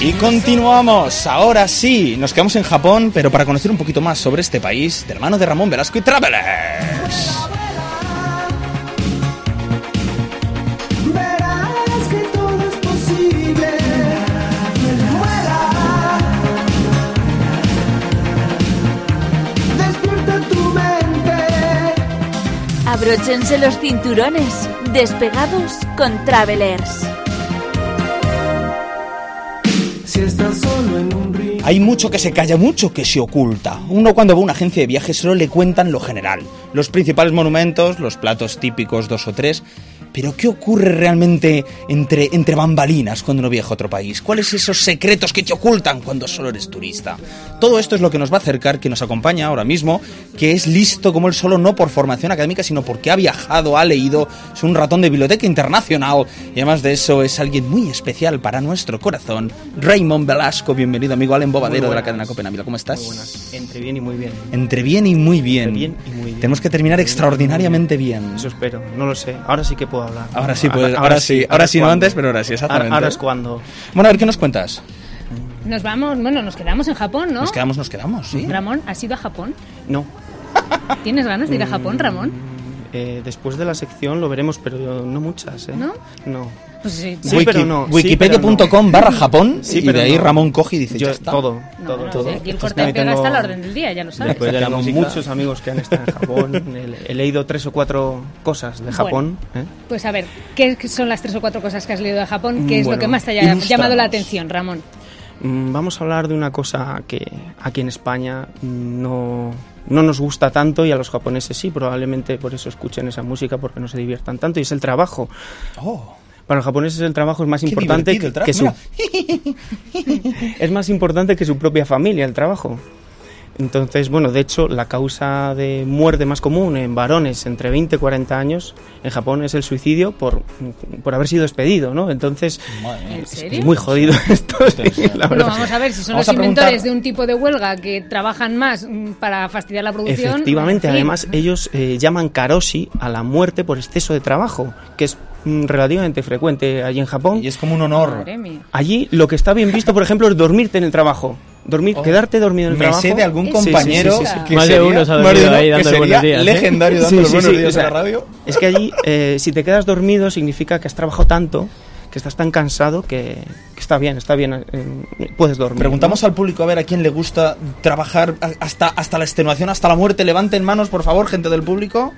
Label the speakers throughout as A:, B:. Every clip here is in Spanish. A: Y continuamos, ahora sí, nos quedamos en Japón, pero para conocer un poquito más sobre este país, de hermano de Ramón Velasco y Travelers.
B: Abróchense los cinturones, despegados con Travelers.
A: Hay mucho que se calla, mucho que se oculta. Uno cuando va a una agencia de viajes solo le cuentan lo general, los principales monumentos, los platos típicos dos o tres. Pero ¿qué ocurre realmente entre, entre bambalinas cuando uno viaja a otro país? ¿Cuáles esos secretos que te ocultan cuando solo eres turista? Todo esto es lo que nos va a acercar, que nos acompaña ahora mismo, que es listo como él solo, no por formación académica, sino porque ha viajado, ha leído, es un ratón de biblioteca internacional y además de eso es alguien muy especial para nuestro corazón, Raymond Velasco. Bienvenido, amigo Allen Bobadero de la cadena Copenhague. ¿Cómo estás?
C: Muy buenas. Entre bien y muy bien.
A: Entre bien y muy bien.
C: Entre bien y muy bien.
A: Tenemos que terminar extraordinariamente bien.
C: Eso espero, no lo sé. Ahora sí que puedo hablar.
A: Ahora sí, pues, ahora, sí, ahora
C: es
A: sí, no
C: cuando.
A: antes, pero ahora sí, exactamente.
C: Ahora, ahora es cuando.
A: Bueno, a ver, ¿qué nos cuentas?
D: Nos vamos, bueno, nos quedamos en Japón, ¿no?
A: Nos quedamos, nos quedamos, ¿sí?
D: Ramón, ¿has ido a Japón?
C: No.
D: ¿Tienes ganas de
C: Mm.
D: ir a Japón, Ramón?
C: Eh, después de la sección lo veremos, pero no muchas, ¿eh?
D: ¿No?
C: No.
D: Pues sí,
C: Sí,
A: Wiki-
C: pero no, sí,
A: Wikipedia.com
C: pero
A: barra Japón
C: Sí,
A: y de
C: pero
A: ahí
C: no.
A: Ramón coge y dice,
C: Yo,
A: ya está.
C: todo,
D: No,
C: todo,
D: no,
C: todo.
D: sí, aquí el
C: Entonces,
D: corte y pega
C: tengo-
D: está a la orden del día, ya lo sabes.
C: Después ya
A: Exacto,
C: tengo
A: la música.
C: muchos amigos que han estado en Japón. He, he leído tres o cuatro cosas de Japón. ¿eh?
D: Pues a ver, ¿qué son las tres o cuatro cosas que has leído de Japón? ¿Qué es
C: Bueno,
D: lo que más te haya
A: ilústranos.
D: llamado la atención, Ramón?
C: Mm, Vamos a hablar de una cosa que aquí en España mm, no, no nos gusta tanto y a los japoneses sí, probablemente por eso escuchen esa música porque no se diviertan tanto y es el trabajo.
A: Oh,
C: Para los japoneses el trabajo es más
A: qué
C: importante
A: divertido el
C: que,
A: trabajo.
C: que su,
A: Mira,
C: es más importante que su propia familia el trabajo. Entonces, bueno, de hecho, la causa de muerte más común en varones entre 20 y 40 años en Japón es el suicidio por, por haber sido despedido, ¿no? Entonces,
A: madre mía.
D: ¿En
C: es
D: serio?
C: muy jodido esto, sí, la
D: Bueno,
C: verdad.
D: vamos a ver, si son
A: Vamos
D: los
A: a preguntar-
D: inventores de un tipo de huelga que trabajan más mm, para fastidiar la producción.
C: Efectivamente,
D: en fin.
C: además ellos eh, llaman karoshi a la muerte por exceso de trabajo, que es mm, relativamente frecuente allí en Japón.
A: Y es como un honor.
D: Madre mía.
C: Allí lo que está bien visto, por ejemplo, es dormirte en el trabajo. Dormir, quedarte dormido en el
A: Oh. Me
C: trabajo.
A: sé de algún
D: Sí,
A: compañero
D: sí, sí, sí.
A: que
E: Más de
A: sería-
E: uno se ha
A: más
E: dormido
A: de uno
E: ahí
A: que
E: dando buenos
A: sería
E: días, ¿eh?
A: legendario dando
C: Sí,
A: los
C: sí,
A: buenos
C: sí,
A: días
C: o sea,
A: a la radio.
C: Es que allí, eh, si te quedas dormido, significa que has trabajado tanto, que estás tan cansado que, que está bien, está bien, eh, puedes dormir.
A: Preguntamos al público a ver a quién le gusta trabajar a- hasta, hasta la extenuación, hasta la muerte. Levanten manos, por favor, gente del público.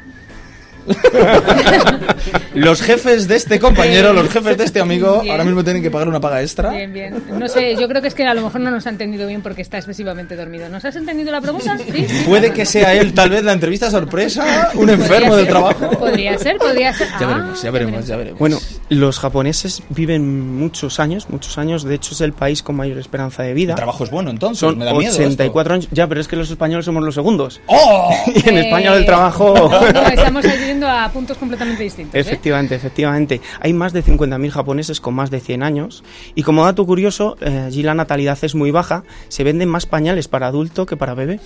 A: los jefes de este compañero, los jefes de este amigo,
D: Bien.
A: ahora mismo tienen que pagar una paga extra.
D: Bien, bien. No sé, yo creo que es que a lo mejor no nos ha entendido bien porque está excesivamente dormido. ¿Nos has entendido la pregunta? Sí. sí.
A: Puede que sea él, tal vez, la entrevista sorpresa, un
D: Podría
A: enfermo del
D: ser,
A: trabajo.
D: Podría ser, podría ser.
A: Ya
D: Ah,
A: veremos, ya veremos, ya veremos.
C: Bueno, los japoneses viven muchos años, muchos años. De hecho, es el país con mayor esperanza de vida.
A: el trabajo es bueno entonces,
C: Son
A: me da miedo.
C: 84 años. Ya, pero es que los españoles somos los segundos.
A: esto. ¡Oh!
C: Y en
D: Eh,
C: España del trabajo.
D: No, estamos yendo a puntos completamente distintos. ¿eh?
C: Efectivamente, efectivamente. Hay más de 50.000 japoneses con más de 100 años. Y como dato curioso, eh, allí la natalidad es muy baja. Se venden más pañales para adulto que para bebé.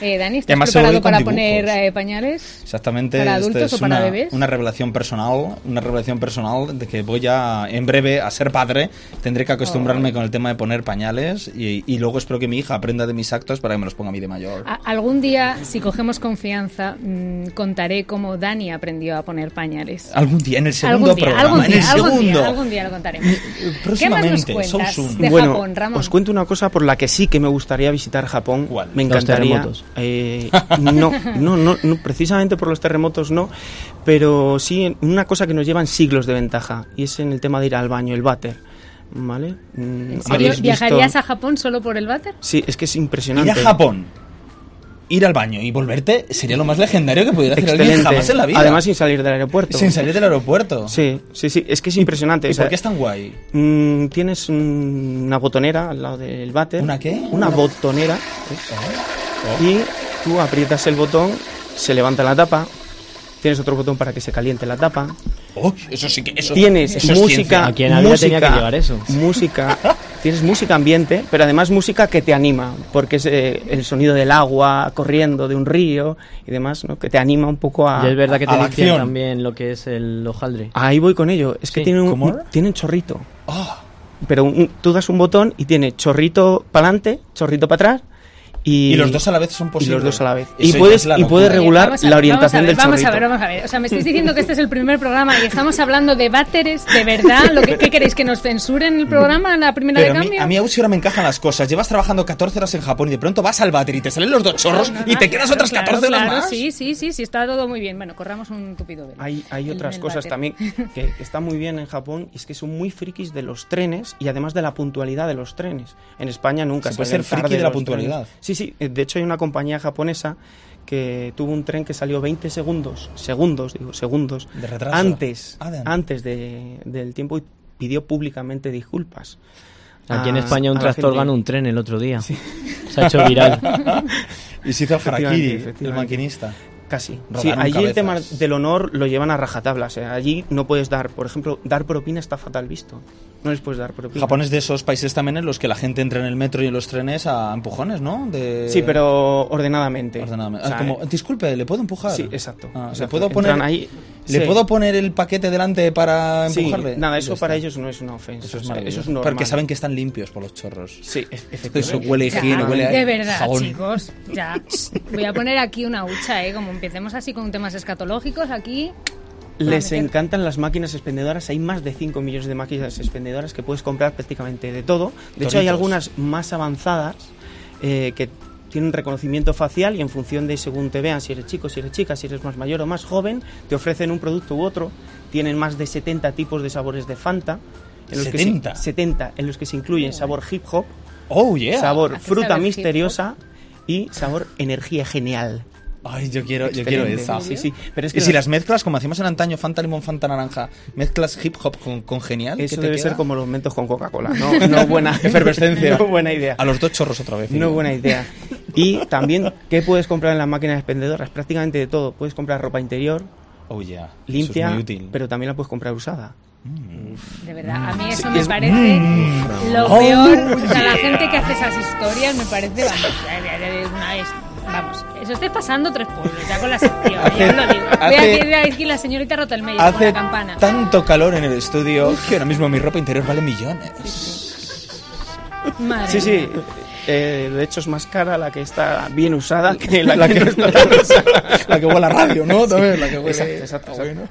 D: Eh, Dani, ¿estás
A: Además, se lo doy
D: preparado
A: con
D: para
A: dibujos.
D: poner eh, pañales?
A: Exactamente.
D: ¿Para
A: esto
D: adultos
A: es
D: o para
A: una,
D: bebés?
A: Una revelación personal, una revelación personal de que voy a, en breve, a ser padre. Tendré que acostumbrarme
D: Oh.
A: con el tema de poner pañales y, y luego espero que mi hija aprenda de mis actos para que me los ponga a mí de mayor.
D: A- algún día, si cogemos confianza, mm, contaré cómo Dani aprendió a poner pañales.
A: Algún día, en el segundo
D: Algún día,
A: programa,
D: algún
A: en
D: día,
A: el
D: algún día,
A: segundo.
D: algún día lo contaremos. ¿Qué más nos
A: Próximamente, so
D: cuentas
A: soon.
D: de
C: bueno,
D: Japón, Ramón?
C: os cuento una cosa por la que sí que me gustaría visitar Japón.
A: ¿Cuál?
C: Me
E: Los
C: encantaría.
E: terremotos.
C: Eh, no, no, no, no, precisamente por los terremotos no, pero sí en una cosa que nos llevan siglos de ventaja y es en el tema de ir al baño, el váter. ¿Vale? Mm,
D: ¿En serio?
C: ¿habéis visto-
D: ¿Viajarías a Japón solo por el váter?
C: Sí, es que es
A: Ir
C: impresionante.
A: a Japón, ir al baño y volverte sería lo más legendario que pudiera hacer
C: Excelente.
A: alguien jamás en la vida.
C: Además sin salir del aeropuerto.
A: sin salir del aeropuerto.
C: Sí, sí, sí, es que es impresionante.
A: ¿Y
C: o sea,
A: por qué es tan guay?
C: mm, tienes mm, una botonera al lado del váter.
A: ¿Una qué?
C: Una botonera. Y tú aprietas el botón, se levanta la tapa. Tienes otro botón para que se caliente la tapa.
A: Oh, eso sí que. Eso,
C: Tienes
A: eso es
C: música.
E: Aquí en la vida
C: música-
E: tenía que llevar eso.
C: Música Tienes música ambiente, pero además música que te anima, porque es eh, el sonido del agua corriendo de un río y demás, ¿no? Que te anima un poco Ah, a...
E: Y es verdad que
A: a
E: te
A: la
E: limpian
A: acción.
E: también lo que es el hojaldre.
C: Ahí voy con ello. Es que
E: Sí.
C: tiene un,
A: ¿Cómo era?
C: tiene un chorrito.
A: Ah,
C: Pero un- tú das un botón y tiene chorrito para adelante, chorrito para atrás y...
A: y los dos a la vez son
C: y
A: posibles.
C: los dos a la vez.
A: Eso
C: Y
A: ya
C: puedes,
A: es la
C: y puedes
A: locura.
C: regular
D: Vamos a
C: la
D: ver,
C: orientación
D: vamos a ver,
C: del
D: Vamos a
C: chorrito.
D: ver, vamos a ver. O sea, me estáis diciendo que este es el primer programa y estamos hablando de váteres, de verdad. ¿Lo que, ¿Qué queréis? ¿Que nos censuren el programa en la primera
A: Pero
D: de
A: a mí,
D: cambio?
A: a mí aún si ahora me encajan las cosas. Llevas trabajando 14 horas en Japón y de pronto vas al váter y te salen los dos chorros
D: No, no,
A: y te
D: claro,
A: quedas otras
D: claro,
A: 14 horas
D: claro,
A: más.
D: Sí, sí, sí, sí, está todo muy bien. Bueno, corramos un tupido velo.
C: Hay, hay
D: En
C: otras
D: el
C: cosas
D: váter.
C: también que que están muy bien en Japón y es que son muy frikis de los trenes y además de la puntualidad de los trenes. En España nunca
A: Se puede
C: salen
A: ser friki
C: tarde
A: de la
C: los trenes.
A: puntualidad.
C: Sí, sí. eh, De hecho hay una compañía japonesa que tuvo un tren que salió 20 segundos, segundos, digo, segundos,
A: De retraso.
C: antes,
A: Ah, de-
C: antes de- del tiempo y pidió públicamente disculpas.
E: Aquí en
C: A-
E: España un
C: Ah, a la
E: tractor
C: gente.
E: ganó un tren el otro día. Se ha hecho viral.
A: Y se hizo el
C: Efectivamente,
A: harakiri, el
C: efectivamente.
A: maquinista.
C: Casi.
A: Rodaron
C: Sí, allí el tema
A: cabezas.
C: del honor lo llevan a rajatabla. O sea, allí no puedes dar, por ejemplo, dar propina está fatal visto. No les puedes dar propina.
A: Japón es de esos países también en los que la gente entra en el metro y en los trenes a empujones, ¿no? De...
C: Sí, pero ordenadamente.
A: Perdóname. Ah,
C: O sea,
A: como,
C: eh,
A: disculpe, ¿le puedo empujar?
C: Sí, exacto.
A: Ah, ¿Le,
C: exacto.
A: puedo
C: Entran
A: poner,
C: ahí-
A: ¿le
C: sí.
A: puedo poner el paquete delante para
C: Sí,
A: empujarle?
C: nada,
A: Ya
C: eso
A: está.
C: para ellos no es una ofensa.
A: Eso
C: o
A: es
C: sea,
A: maravilloso.
C: eso es normal.
A: Porque saben que están limpios por los chorros.
C: Sí, e- efectivamente.
A: Eso huele a
D: Ya,
A: higiene, huele a
D: de verdad,
A: jabón.
D: chicos, ya. Voy a poner aquí una hucha, ¿eh? Como empecemos así con temas escatológicos, aquí...
C: Les
D: Ah, me quedo.
C: encantan las máquinas expendedoras. Hay más de 5 millones de máquinas expendedoras que puedes comprar prácticamente de todo. De hecho, hay
A: Toritos.
C: algunas más avanzadas eh, que tienen reconocimiento facial y en función de según te vean, si eres chico, si eres chica, si eres más mayor o más joven, te ofrecen un producto u otro. Tienen más de 70 tipos de sabores de Fanta. que se-
A: 70.
C: 70, en los que se incluyen sabor hip hop,
A: Oh, yeah.
C: sabor
D: Hace
C: fruta
D: saber hip
C: misteriosa y sabor energía genial.
A: Ay, yo quiero, yo quiero
C: Excelente.
A: esa.
C: Sí, sí. Pero es que
A: y si
C: las-
A: las mezclas, como hacíamos en antaño, Fanta Limón, Fanta Naranja, mezclas hip hop con, con genial. ¿qué
C: Eso
A: te
C: debe
A: queda?
C: ser como los mentos con Coca-Cola, no, no buena
A: Efervescencia.
C: No buena idea.
A: A los dos chorros otra vez.
C: No buena idea. Y también, ¿qué puedes comprar en las máquinas expendedoras? Prácticamente de todo. Puedes comprar ropa interior,
A: Oh, yeah. Eso es
C: limpia,
A: muy útil.
C: pero también la puedes comprar usada.
D: De verdad, a mí eso
C: Sí,
D: me
C: es-
D: parece lo
A: Oh,
D: peor. O sea, la gente que hace esas historias me parece. Vamos, ya, ya, ya, una vez- vamos, eso estáis pasando tres pueblos ya con la sección.
A: Hace-
D: ya os lo digo. Voy
A: hace-
D: a ir aquí la señorita Rotelmeyer con
A: Hace
D: la campana.
A: tanto calor en el estudio que ahora mismo mi ropa interior vale millones.
D: Madre
C: Sí,
D: mía.
C: sí. eh, de hecho, es más cara la que está bien usada que la, que no está bien usada.
A: La que huele a radio, ¿no? También, la que huele
C: Exacto, exacto,
A: a
C: exacto.
A: bueno.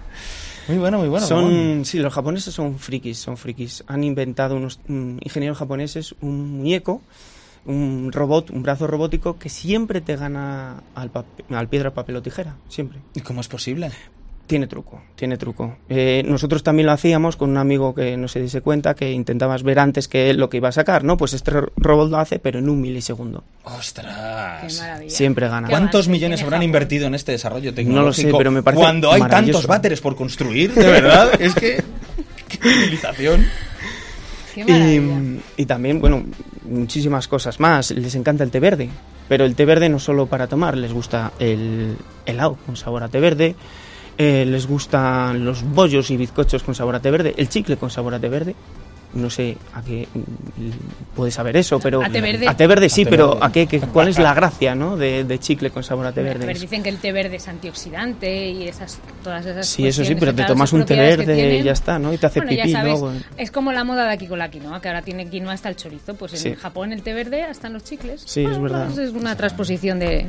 A: Muy bueno, muy bueno. Ramón.
C: Son, sí, los japoneses son frikis, son frikis. Han inventado unos mm, ingenieros japoneses un muñeco, un robot, un brazo robótico que siempre te gana al, pap- al piedra, papel o tijera, siempre.
A: ¿Y cómo es posible?
C: Tiene truco, tiene truco. Eh, nosotros también lo hacíamos con un amigo que no se diese cuenta, que intentabas ver antes que él lo que iba a sacar, ¿no? Pues este ro- robot lo hace, pero en un milisegundo.
D: Qué
A: ¡Ostras!
D: maravilla.
C: Siempre gana.
D: Qué
A: ¿Cuántos
D: avance
A: millones
D: tiene
A: habrán
D: Japón?
A: invertido en este desarrollo tecnológico?
C: No lo sé, pero me parece
A: Cuando hay
C: maravilloso.
A: tantos váteres por construir, de verdad, es que. ¡Qué civilización!
D: Qué
C: Y,
D: maravilla.
C: y también, bueno, muchísimas cosas más. Les encanta el té verde, pero el té verde no solo para tomar, les gusta el helado con sabor a té verde, eh, les gustan los bollos y bizcochos con sabor a té verde, el chicle con sabor a té verde. No sé a qué mm, puedes saber eso, pero.
D: A té verde.
C: A té verde sí,
A: A té
C: pero
A: verde.
C: ¿a qué, qué- ¿cuál es la gracia, no? De, de chicle con sabor a té
D: A
C: verde.
D: ver, dicen que el té verde es antioxidante y esas, todas esas
C: Sí, eso sí,
D: cuestiones,
C: pero te
D: claro,
C: tomas
D: sus
C: un té
D: propiedades que
C: verde y
D: tienen.
C: ya está, ¿no? Y te hace
D: Bueno,
C: pipí
D: ya sabes,
C: luego.
D: es como la moda de aquí con la quinoa, que ahora tiene quinoa hasta el chorizo. Pues en
C: Sí.
D: Japón el té verde hasta en los chicles.
C: Sí, es
D: Ah,
C: verdad.
D: pues es una transposición de...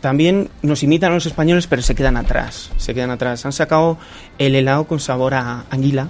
C: También nos imitan a los españoles, pero se quedan atrás. Se quedan atrás. Han sacado el helado con sabor a anguila.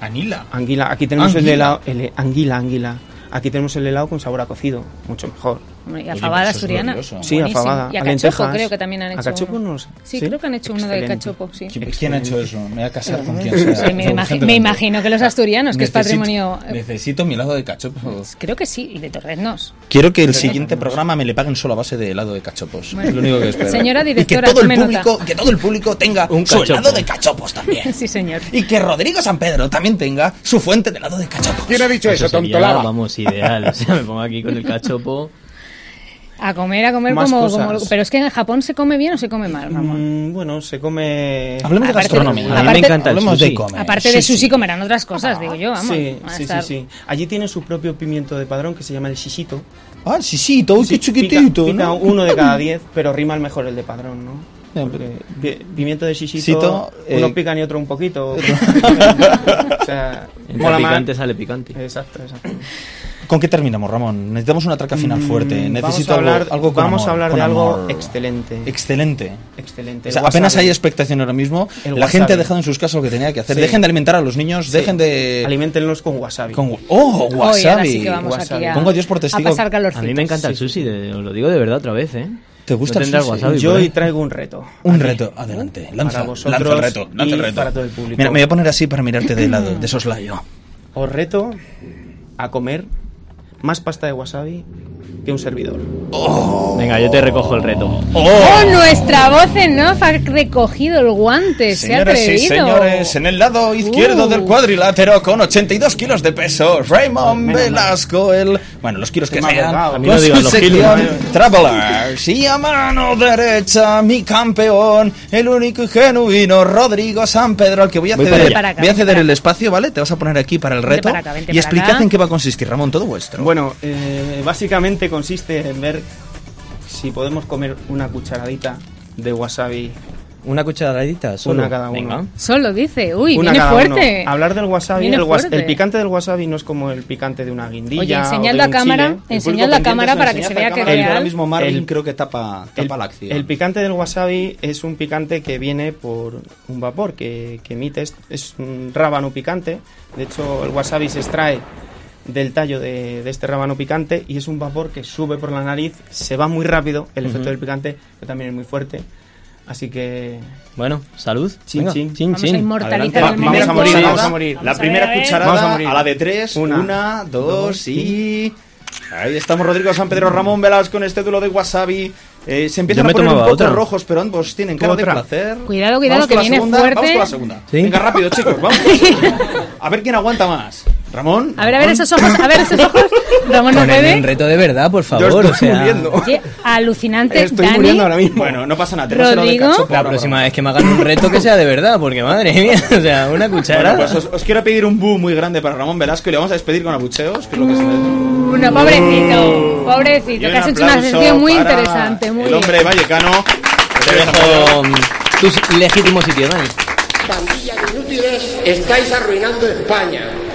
A: Anila.
C: Anguila. Aquí tenemos
A: Anguila.
C: el helado. el- anguila, anguila. Aquí tenemos el helado con sabor a cocido. Mucho mejor.
D: hombre, y a
A: Oye, pues
D: fabada
A: eso es
D: asturiana.
A: glorioso.
C: Sí,
D: Buenísimo.
C: a fabada.
D: Y a
C: a
D: cachopo
C: lentejas.
D: creo que también han hecho
C: A cachopo
D: uno.
C: no sé.
D: Sí, creo que han hecho uno de
C: Excelente.
D: cachopo, sí.
A: ¿Qui- ¿Quién ha hecho eso? Me voy a casar con quien
D: Sí,
A: sea.
D: me,
A: Urgentemente.
D: imagi- me imagino que los asturianos, que es
A: Necesito-
D: patrimonio... eh,
A: Necesito mi helado de cachopos.
D: Creo que sí, y de torreznos.
A: Quiero que el siguiente programa me le paguen solo a base de helado de cachopos.
D: Bueno.
A: Es lo único que espero.
D: Señora directora,
A: y que todo,
D: tome
A: el
D: nota.
A: público, que todo el público tenga
E: Un
A: su
E: cachopo.
A: helado de cachopos también.
D: Sí, señor.
A: Y que Rodrigo San Pedro también tenga su fuente de helado de cachopos.
F: ¿Quién ha dicho eso,
E: sería,
F: tonto lava?
E: Vamos, ideal. O sea, me pongo aquí con el cachopo.
D: A comer, a comer
C: Más
D: como,
C: cosas.
D: como- Pero es que en Japón se come bien o se come mal, Ramón.
C: Mm, bueno, se come...
A: Hablemos de
D: Aparte-
A: gastronomía.
D: A mí me aparte- encanta
E: el
A: Hablemos de
E: sushi.
C: Mm,
A: comer.
D: Aparte de sushi comerán otras cosas, digo yo, vamos.
C: Sí,
D: van a
C: sí, sí,
D: estar-
C: sí. Allí tiene su propio pimiento de padrón que se llama el shishito.
A: Ah, sí, sí, todo
C: Sí,
A: qué chiquitito.
C: Pica, pica
A: ¿no?
C: uno de cada diez, pero rima el mejor el de padrón, ¿no?
A: Ya,
C: Porque pi- pimiento de shishito,
A: Shishito, eh,
C: uno pica y otro un poquito. o sea,
E: Entre
C: mola más. Eh,
E: picante sale picante.
C: Exacto, exacto.
A: ¿Con qué terminamos, Ramón? Necesitamos una traca final fuerte.
C: Mm,
A: Necesito
C: vamos a hablar,
A: algo, algo con
C: Vamos
A: amor,
C: a hablar
A: con
C: de algo
A: amor.
C: excelente.
A: Excelente.
C: excelente.
A: O
C: el
A: sea, apenas
C: wasabi.
A: hay expectación ahora mismo.
C: El
A: La gente ha
C: wasabi.
A: dejado en sus casas lo que tenía que hacer.
C: Sí.
A: Dejen de alimentar a los niños, dejen de.
C: Aliméntenlos con wasabi.
A: eh, Con... ¡Oh,
D: Hoy, ahora
A: wasabi!
D: sí que vamos
C: wasabi.
D: aquí a,
A: Pongo a Dios por testigo.
D: a pasar calorcito.
E: A mí me encanta el sushi, de- os lo digo de verdad otra vez, ¿eh?
A: ¿Te gusta el
E: No tendrá
A: sushi?
E: wasabi ¿eh?
C: Yo
E: por
C: hoy
E: ahí.
C: traigo un reto.
A: Un reto, adelante. Lanza,
C: Para vosotros
A: lanza el reto.
C: y
A: Lanza el reto.
C: para todo el público.
A: Mira, me voy a poner así para mirarte de lado, de soslayo.
C: Os reto a comer más pasta de wasabi que un servidor.
E: Venga, yo te recojo el reto.
D: ¡Oh, nuestra voz en off ha recogido el guante!
A: Señoras
D: ¡Se ha
A: y
D: atrevido!
A: señores, en el lado izquierdo
D: Uh.
A: del cuadrilátero con 82 kilos de peso, Raymond
C: Menos mal.
A: Velasco, el... Bueno, los kilos que
C: me ha
A: sean,
C: ahogado. A mí
E: no
A: con
E: digan
A: su
E: los
A: sección
E: kilos. ¿eh?
A: Travelers. Y a mano derecha, mi campeón, el único y genuino, Rodrigo San Pedro, al que voy a
E: Voy
A: ceder,
E: para
A: voy
E: allá.
D: Para acá,
A: a
D: ven
A: ceder
D: para
A: el
D: acá.
A: espacio, ¿vale? Te vas a poner aquí para el
D: Vente
A: reto
D: para acá, vente
A: y
D: para
A: explicad
D: acá.
A: en qué va a consistir, Ramón, todo vuestro.
C: Bueno, eh, básicamente consiste en ver si podemos comer una cucharadita de wasabi.
E: Una cucharadita
C: solo. Una cada uno.
E: Venga.
D: Solo dice, uy,
C: una
D: viene
C: cada
D: fuerte.
C: uno. Hablar del wasabi,
D: Viene
C: el, was-
D: fuerte.
C: el picante del wasabi no es como el picante de una guindilla.
D: Oye,
C: o
D: enseñadlo
C: de
D: a
C: un
D: cámara,
C: chile. El público
D: enseñadlo a
C: pendiente
D: cámara
C: se
D: para que
C: enseña
D: se vea que es
C: cámara.
D: real.
F: Ahora mismo Marvin
C: El-
F: creo que tapa,
C: El,
F: tapa la acción.
C: el picante del wasabi es un picante que viene por un vapor que, que emite, es, es un rábano picante. De hecho, el wasabi se extrae del tallo de, de este rábano picante y es un vapor que sube por la nariz, se va muy rápido, el efecto del picante, que también es muy fuerte. Así que...
E: Bueno, salud.
C: Chin,
E: Venga,
C: chin.
E: chin,
D: Vamos a
E: chin.
D: inmortalizar
F: Va-
D: el
F: vamos
D: momento.
F: a morir,
D: Vamos
F: vamos
D: a
F: a
C: morir.
F: La
D: Vamos a
F: primera
D: ver, a ver.
C: Vamos a
F: cucharada
C: morir.
F: a, la de tres.
C: Una,
F: Una, dos y. Ahí estamos Rodrigo San Pedro Ramón Velasco en este duelo de wasabi. Eh, se empiezan
E: Yo me
F: a poner un
E: tomaba
F: poco
E: otra.
F: rojos, pero ambos tienen cara
C: Otra.
F: de placer.
D: Cuidado, cuidado,
F: Vamos
D: que
F: con la
D: viene
F: segunda,
D: fuerte.
F: Vamos con la segunda.
E: Sí.
F: Venga, rápido, chicos, vamos. con la segunda. A ver quién aguanta más. Ramón.
D: A ver, a ver esos ojos, a ver esos ojos. Ramón no
E: Ponedme
D: puede.
E: un reto de verdad, por favor.
F: estoy
E: o sea,
F: muriendo.
D: Oye, alucinante,
C: Estoy
D: Dani.
C: muriendo ahora mismo.
F: Bueno, no pasa nada. tenemos el lado de
D: Rodrigo.
F: cachopo
E: La
F: ahora,
E: próxima vez que me hagan un reto que sea de verdad, porque madre mía, o sea, una
F: Bueno,
E: cucharada.
F: pues os, os quiero pedir un bu muy grande para Ramón Velasco y le vamos a despedir con abucheos, que es lo que se merece.
D: Uno, pobrecito,
F: Uh. Y
D: pobrecito,
F: un
D: que Mm, has hecho una
F: aplauso
D: sesión muy
F: para
D: interesante, muy
F: El hombre
D: bien.
F: vallecano.
E: Te dejo mm, tu legítimo sitio, Dani.
G: pandillas inútiles, estáis arruinando España.
D: Pues